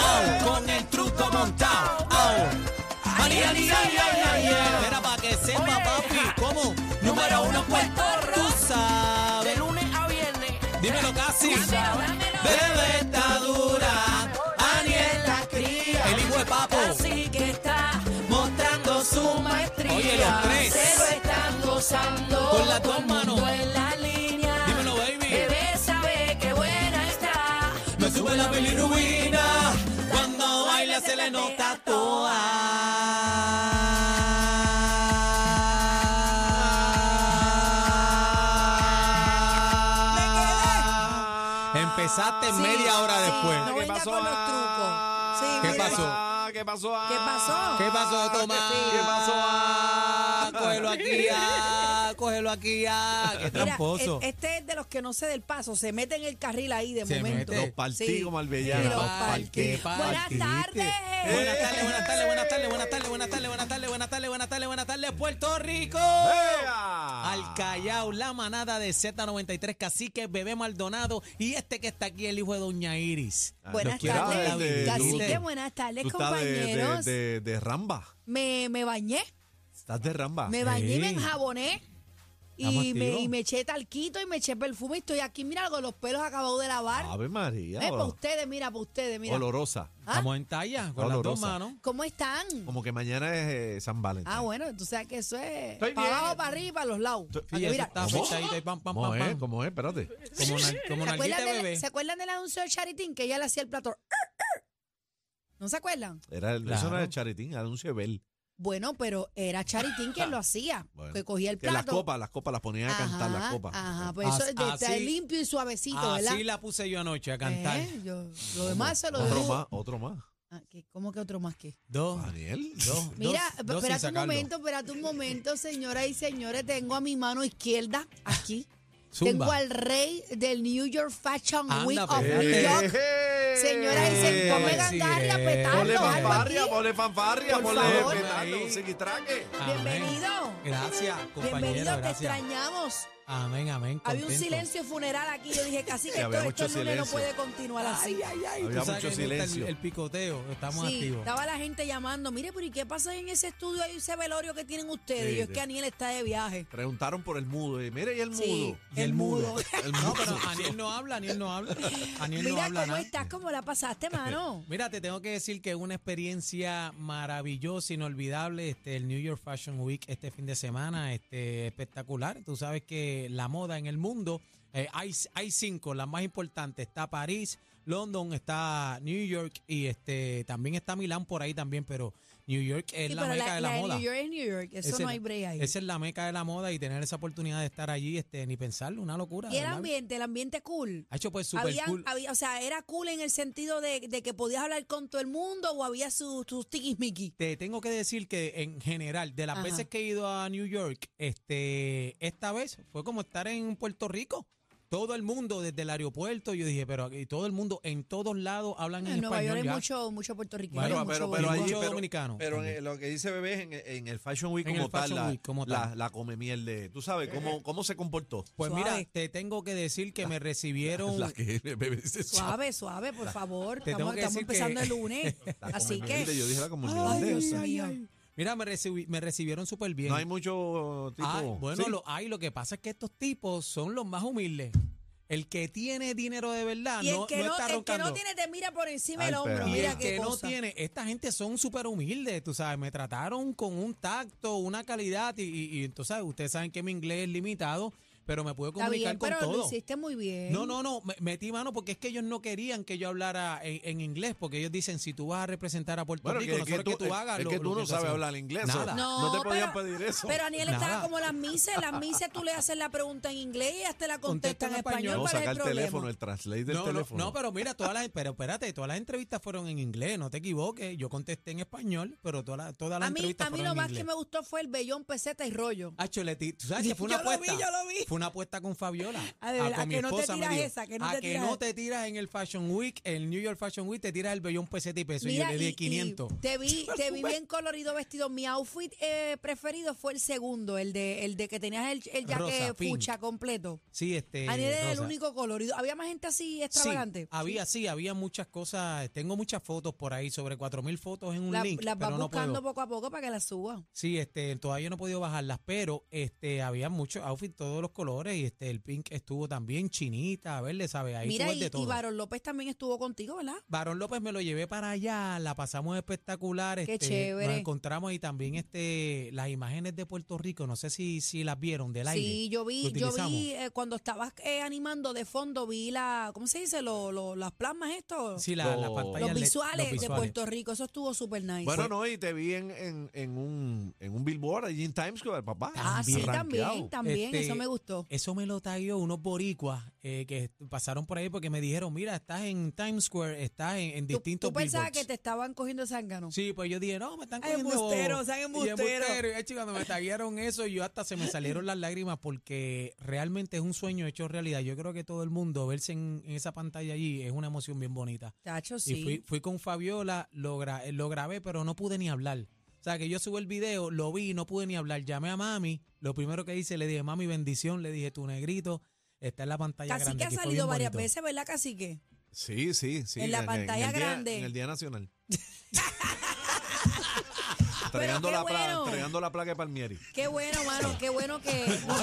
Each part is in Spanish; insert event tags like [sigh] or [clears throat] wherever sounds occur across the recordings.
oh, con el truco montado, oh. Ay, ay, ay, ay, ay, ay. Era para que sepa, Oye. papi, cómo número uno Puerto Rico. Tú De sabes, lunes a viernes. dímelo casi. Dímelo, dímelo. Bebé está dura, Aniel la cría. El hijo de papo Así que está mostrando su maestría. Oye, los Se lo tres. están gozando. Con las dos Todo el mundo manos. en la línea. Dímelo, baby. Bebé sabe que buena está. Me sube la bilirubina, cuando baila se le nota toda. Empezaste Sí, media hora sí, después. No ¿Qué venga pasó? con los trucos. Sí, ¿Qué venga. pasó? Ah, ¿Qué pasó? ¿Qué pasó? ¿Qué pasó, Ah, Tomás? ¿Qué pasó? Ah, Cógelo aquí, ah, cógelo aquí, ah. Qué Mira, tramposo. e- este es de los que no se del paso, se mete en el carril ahí de Se momento. mete. Sí. Los partí como Y albellano. los Los partí. partí, Buenas partiste. tardes. Buenas tardes, buenas tardes, buenas tardes, buenas tardes, buenas tardes, buenas tardes, buenas tardes, buenas tardes, buenas tardes, Puerto Rico. ¡Ea! Al Callao, la manada de Z93, Cacique, Bebé Maldonado y este que está aquí, el hijo de Doña Iris. Buenas Ah, Los quiero tardes, con la vida. Cacique, Saludite. buenas tardes, Tú estás de- de- compañeros. De, de ramba. Me, me bañé, Estás de ramba. me bañé, y me Sí. enjaboné. Ah, Estamos Y me, activos. y me eché talquito y me eché perfume. y Estoy aquí, mira, con los pelos acabados de lavar. Ah, Ave María. Eh, para olor- ustedes, mira, para ustedes, mira. Olorosa. ¿Ah? Estamos en talla con las dos Olorosa. manos. ¿Cómo están? Como que mañana es eh, San Valentín. Ah, bueno, tú sabes que eso es Estoy para bien. abajo, para arriba, para los lados. Estoy- Para que, Fíjate, Ah, mira, está ¿Cómo? fechadita y pam, pam, ¿Cómo pam, es? pam. Como, ¿Cómo es? Espérate. nar- como ¿Se narguita acuerdan, de del, bebé. se acuerdan del anuncio de Charitín que ella le hacía el plato? ¿No se acuerdan? Era el, Eso Claro. no era Charitín, era un Chebel. Bueno, pero era Charitín quien lo hacía, [laughs] Bueno, que cogía el Que las plato. copas, las copas, las ponían a cantar las Ajá, copas. Ajá, pues eso As- es de estar así- limpio y suavecito, ¿verdad? Así Ah, la puse yo anoche a cantar. Eh, yo- lo demás se lo Otro dejo. más, otro más. Ah, ¿qué- ¿Cómo que otro más qué? Dos, Daniel. dos, Mira, p- dos, dos sin espérate un sacarlo. momento, espérate un momento, señoras y señores. Tengo a mi mano izquierda [laughs] aquí. Zumba. Tengo al rey del New York Fashion Anda, pues. Week of pero- New York. ¡Eh! Señoras y señores, ponme Eh, gandaria, sí, eh. Ponle petardo, algo fanfarria, aquí. ponle fanfarria, Por ponle favor. petardo, Ahí. seguitraque. Amén. Bienvenido. Gracias, compañero. Bienvenido, te Gracias. extrañamos. Amén, amén. Había un contento. silencio funeral aquí. Yo dije, casi [laughs] que Sí, esto, había esto el mucho lunes no silencio. puede continuar así. Ay, Había tú sabes que me mucho gusta el- sileneo. El, picoteo, estamos sí, activos. estaba la gente llamando. Mire, pero ¿y qué pasa en ese estudio ahí, ese velorio que tienen ustedes? Sí, y yo es sí. que Aniel está de viaje. Preguntaron por el mudo. Y mire, ¿y el mudo? Sí, Y el mudo. El No, mudo. pero Aniel no habla, Aniel no habla. Aniel no Mira habla cómo nada. estás, cómo la pasaste, mano. Mira, te tengo que decir que es una experiencia maravillosa, inolvidable, este, el New York Fashion Week este fin de semana, este, espectacular. Tú sabes que la moda en el mundo, eh, hay, hay cinco, las más importantes, está París, London, está New York y este también está Milán por ahí también, pero New York [laughs] es Sí, la pero meca de la, moda. New York es New York. Eso Ese- no hay break ahí. Esa es la meca de la moda y tener esa oportunidad de estar allí, este, ni pensarlo, una locura. y el ¿verdad? ambiente, el ambiente cool. Ha hecho pues super Habían- cool. había- o sea, era cool en el sentido de, de que podías hablar con todo el mundo o había sus, sus tiquismiquis. Te tengo que decir que en general, de las Ajá. veces que he ido a New York, este, esta vez fue como estar en Puerto Rico. Todo el mundo desde el aeropuerto, yo dije, pero aquí todo el mundo en todos lados hablan en, En Nueva York español hay ya. mucho, mucho puertorriqueño, Bueno, mucho pero boricua. ahí- mucho dominicano Pero en también. el- lo que dice Bebé es en, en el Fashion Week En como el tal, Fashion la, Week como la- tal. la come miel ¿Tú sabes Eh, cómo, cómo se comportó? Pues Suave. mira, te tengo que decir que me recibieron [laughs] La que pues, Bebé dice suave. Suave, suave, por favor. Te tengo Estamos, que estamos decir que- empezando el [laughs] lunes. La así come miel de- que. Yo dije la come miel Ay, de- Dios o sea, mío. Mira, me, recibí- me recibieron súper bien. No hay mucho tipo. Ay, Ah, bueno, ¿sí? lo, ay, lo que pasa es que estos tipos son los más humildes. El que tiene dinero de verdad Y el no, que no no, está el que no roncando. tiene te mira por encima Ay, del hombro. pero- Y Mira el qué que no cosa. tiene, esta gente son súper humildes, tú sabes, me trataron con un tacto, una calidad y, y, y, tú sabes, ustedes saben que mi inglés es limitado, pero me pude Está comunicar bien, pero con lo todo. hiciste muy bien. No, no, no, me- metí mano porque es que ellos no querían que yo hablara en, en inglés, porque ellos dicen, si tú vas a representar a Puerto Bueno, Rico, que- que nosotros que, tú- tú, es- hagas... es lo- que lo tú no tú sabes haces. hablar inglés, Nada. No te podían pedir eso. Pero Aniel Nada. estaba como las mises, las mises tú le haces la pregunta en inglés y ellas te la contestan Contesta en en español. español. No, ¿Cuál es saca el el problema? teléfono, el translate del no, no, teléfono. no, pero mira, todas las, pero espérate, todas las entrevistas fueron en inglés, no te equivoques. Yo contesté en español, pero todas las todas las A mí, entrevistas a mí fueron lo en más inglés. que me gustó fue el vellón, peseta y rollo. Hacho, le ti- Ah, ¿tú sabes que fue Yo una lo vi, apuesta? yo lo vi. Fue una apuesta con Fabiola. Ah, A ver, con a mi que no te esposa me tiras dijo, esa, que no a te que tiras no esa". te tiras en el Fashion Week, el New York Fashion Week, te tiras el bellón peseta y peso. Mira, y yo le y- di y 500. te [laughs] vi, te vi bien colorido vestido. Mi outfit eh, preferido fue el segundo, el de, el de que tenías el, el jaque Rosa, pink. fucha completo. Sí, este. Aniel era Ah, el Rosa. único colorido. Había más gente así Sí, extravagante. había, sí, había muchas cosas. Tengo muchas fotos por ahí, sobre 4.000 fotos en un La- link. las vas pero no buscando puedo. poco a poco para que las suba. Sí, este, todavía no he podido bajarlas, pero este, había muchos outfits, todos los colores, y este, el pink estuvo también, chinita, a ver, le sabe, ahí Mira, tuvo el y, de todo. y Barón López también estuvo contigo, ¿verdad? Barón López me lo llevé para allá, la pasamos espectacular. Qué este, chévere. Nos encontramos y también este, las imágenes de Puerto Rico, no sé si, si las vieron del aire. Sí, yo vi, que yo utilizamos. vi eh, cuando estabas eh, animando de fondo, vi la, ¿cómo se dice? Lo- lo- las plasmas esto, Sí, la, la Los- pantalla los, LED, visuales los de Puerto Rico, eso estuvo súper nice. Bueno, no, y te vi en, en, en un, en un billboard allí en Times Square, papá. ah, sí, rankeado. también, también, Este, eso me gustó. Eso me lo tagueó unos boricuas eh, que pasaron por ahí porque me dijeron, mira, estás en Times Square, estás en, en Tú, distintos tú pensabas que billboards". te estaban cogiendo zángano. Sí, pues yo dije, no, me están Ay, cogiendo. embusteros, sean Y embusteros. Y eh, chico, cuando me taguearon eso, yo hasta se me salieron las lágrimas porque realmente es un sueño hecho realidad. Yo creo que todo el mundo verse en, en esa pantalla allí es una emoción bien bonita. Chacho, Y sí. fui, fui con Fabiola, lo, gra- eh, lo grabé, pero no pude ni hablar. O sea, que yo subí el video, lo vi, no pude ni hablar. Llamé a mami, lo primero que hice, le dije, mami, bendición, le dije, tu negrito está en la pantalla Casi grande. que ha que fue salido bien varias bonito. veces, ¿verdad, Cacique? Sí, sí, sí. En la pantalla el día- grande. en el [laughs] Día Nacional. Pero entregando, qué la pla- bueno. entregando la placa de Palmieri. Qué bueno, mano, qué bueno que nos,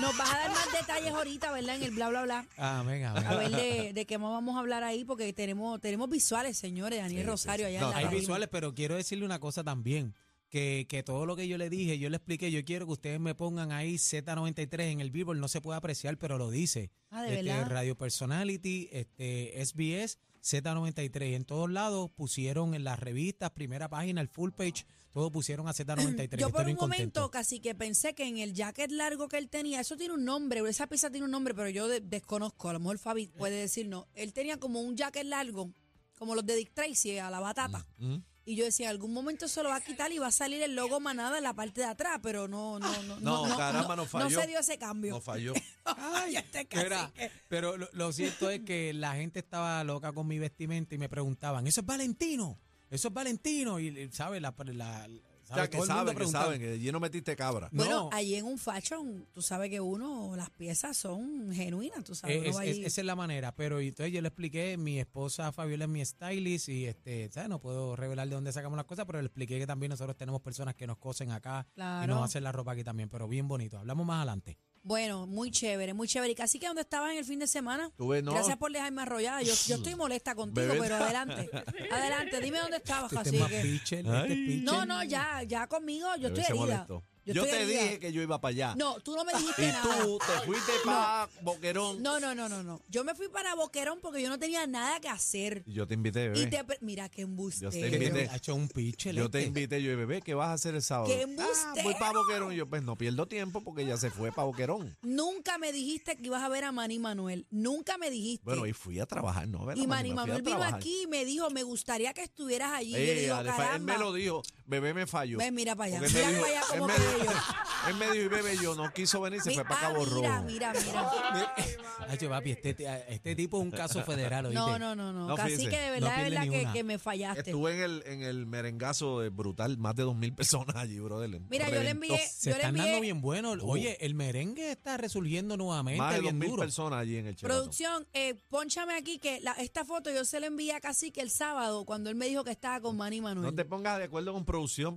nos vas a dar más detalles ahorita, ¿verdad? En el bla, bla, bla. Amén, amén. A ver de, de qué más vamos a hablar ahí, porque tenemos, tenemos visuales, señores. Daniel Sí, sí, Rosario sí. allá No, en la Hay tarima. visuales, pero quiero decirle una cosa también. Que, que todo lo que yo le dije, yo le expliqué, yo quiero que ustedes me pongan ahí Z93 en el Billboard, no se puede apreciar, pero lo dice. Ah, de Este, verdad. Radio Personality, este, SBS, Z93. Y en todos lados pusieron en las revistas, primera página, el full page, todo [clears throat] pusieron a Z93. Yo Estoy por un bien contento. momento casi que pensé que en el jacket largo que él tenía, eso tiene un nombre, esa pieza tiene un nombre, pero yo de- desconozco, a lo mejor Fabi puede decirnos. Él tenía como un jacket largo, como los de Dick Tracy a la batata. Mm-hmm. Y yo decía, en algún momento se lo va a quitar y va a salir el logo manada en la parte de atrás, pero no, no, no. No, caramba, no falló. se dio ese cambio. [laughs] No falló. Ay, [laughs] este Mira, cacique. pero lo, lo cierto es que la gente estaba loca con mi vestimenta y me preguntaban, ¿eso es Valentino? ¿Eso es Valentino? Y, eh, ¿sabe? La, la, O ¿sabe? sea, que Todo el mundo saben, que preguntaba. saben, que allí no metiste cabra. Bueno, no. allí en un fashion, tú sabes que uno, las piezas son genuinas, tú sabes. Eh, uno es- va es- allí. esa es la manera, pero y entonces yo le expliqué, mi esposa Fabiola es mi stylist y este, ¿sabes? no puedo revelar de dónde sacamos las cosas, pero le expliqué que también nosotros tenemos personas que nos cosen acá y Claro. nos hacen la ropa aquí también, pero bien bonito. Hablamos más adelante. Bueno, muy chévere, muy chévere. Y casi que donde estabas en el fin de semana. Tuve, no. Gracias por dejarme arrollada. Yo, yo estoy molesta contigo, Bebé. pero [laughs] adelante. Adelante, dime dónde estabas, Este es más cacique. pitcher, este es pitcher. No, no, ya, ya conmigo, yo Bebé estoy se herida. molestó. Yo Yo, estoy te herida. dije que yo iba para allá. No, tú no me dijiste y nada. tú te fuiste para Boquerón. No, no, no, no, no. Yo me fui para Boquerón porque yo no tenía nada que hacer. Y yo te invité, Y bebé. te pre- mira qué embustero. Yo Que te invité. este ha hecho un pitcher. Yo te este. invité, yo, bebé, ¿qué vas a hacer el sábado? ¡Qué ah, embustero! voy para Boquerón. Y yo, pues no pierdo tiempo porque ya se fue para Boquerón. Nunca me dijiste que ibas a ver a Manny Manuel. Nunca me dijiste. Bueno, y fui a trabajar, ¿no? ¿Verdad, Y Manny Manny? Me fui a Manuel vino trabajar. aquí y me dijo, me gustaría que estuvieras allí. Y yo Ey, digo, Ale, fa- caramba. él me lo dijo, bebé me falló. Ven, mira para allá. Porque él me Mira dijo- para allá como él que me- yo. [laughs] Él me dijo, y bebé, yo no quiso venir, se Mi- fue para ah, Cabo mira, Rojo. [laughs] mira, mira. [laughs] Ay, che, papi, este, este tipo es un caso federal, ¿oíste? No, no, no, no. No, Casi fíjese, que de no verdad, de pierde verdad ni que, una. que me fallaste. Estuve en el, en el merengazo de brutal, más de dos mil personas allí, brother. Mira, yo le envié- Reventó. Se Yo le están dando envié- bien bueno. Oye, el merengue está resurgiendo nuevamente, Uh. Más de dos bien mil duro. personas allí en el Sheraton. Producción, eh, ponchame aquí que la- esta foto yo se la envié a Cacique el sábado cuando él me dijo que estaba con Manny Manuel. No te pongas de acuerdo con producción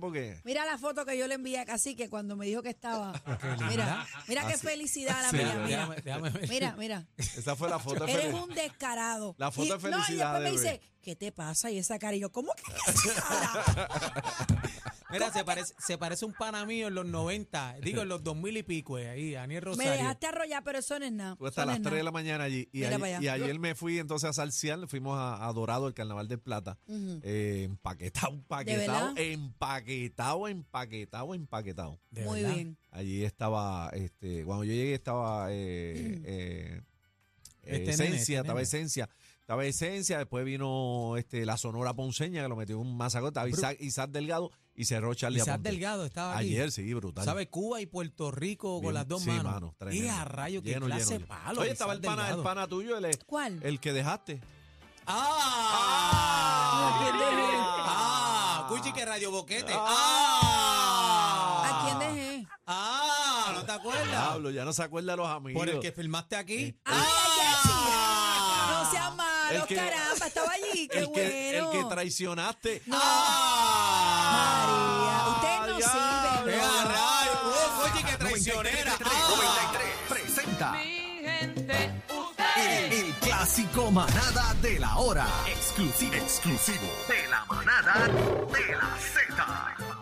[laughs] porque... Mira la foto que yo le envié a Cacique cuando me dijo que [laughs] estaba. Qué linda. Mira, mira qué Así- felicidad la Sí, mía. déjame- Mira, déjame ver. [laughs] mira, mira. Esa fue la foto de Eres Fede. un descarado. La foto Y- de felicidad No, y después me de [laughs] dice, ¿qué te pasa? Y esa cara, y yo, ¿cómo que descarada? Mira, se parece, se parece un pana mío en los 90, digo en los 2000 y pico, eh, ahí, Daniel Me Rosario. dejaste arrollar, pero eso no es nada. Estuve hasta eso no las es 3 de la nada. mañana allí. Y, Mira ayer- para allá. y ayer me fui entonces a Salcial, fuimos a, a Dorado, el Carnaval de Plata. Ujú. Eh, empaquetado, empaquetado, Mm. verdad? empaquetado, empaquetado, empaquetado. De Muy verdad. bien. Allí estaba, este, cuando yo llegué [clears throat] estaba eh, eh, eh, Este Esencia, nene, este estaba nene. Esencia, estaba Esencia, después vino este, la Sonora Ponceña, que lo metió en un masacre, estaba Bru- Isaac, Isaac Delgado y cerró Charlie Isaac Aponte. Delgado estaba aquí. Ayer sí, brutal. ¿Sabe? Cuba y Puerto Rico Bien, con las dos sí, manos. mano, tremendo. y a rayo, qué Lleno, clase lleno, lleno. palo. Oye, de estaba el Isaac pana, el Delgado. pana tuyo, el, ¿Cuál? el que dejaste. ¡Ah! Ah. ¿A Ah. quién dejé? ¡Ah! Cuchi, que radio boquete. Ah. ¿A ¡Ah! quién dejé? ¡Ah! ¿No te acuerdas? Diablo, ya no se acuerda de los amigos. Por el que filmaste aquí. ¡Ay, ay, ay! No seas malo, El que- caramba, estaba allí, qué el que, el bueno. que traicionaste. No. ¡Ah! María, usted no sirve. diablo. ¡Eh, a rayo! ¡Oh, Cuchi, que traicionera! 93, ¡Ah! 93 presenta gente, el, ustedes. el clásico manada de la hora. Exclusivo. Exclusivo. De la manada de la Z.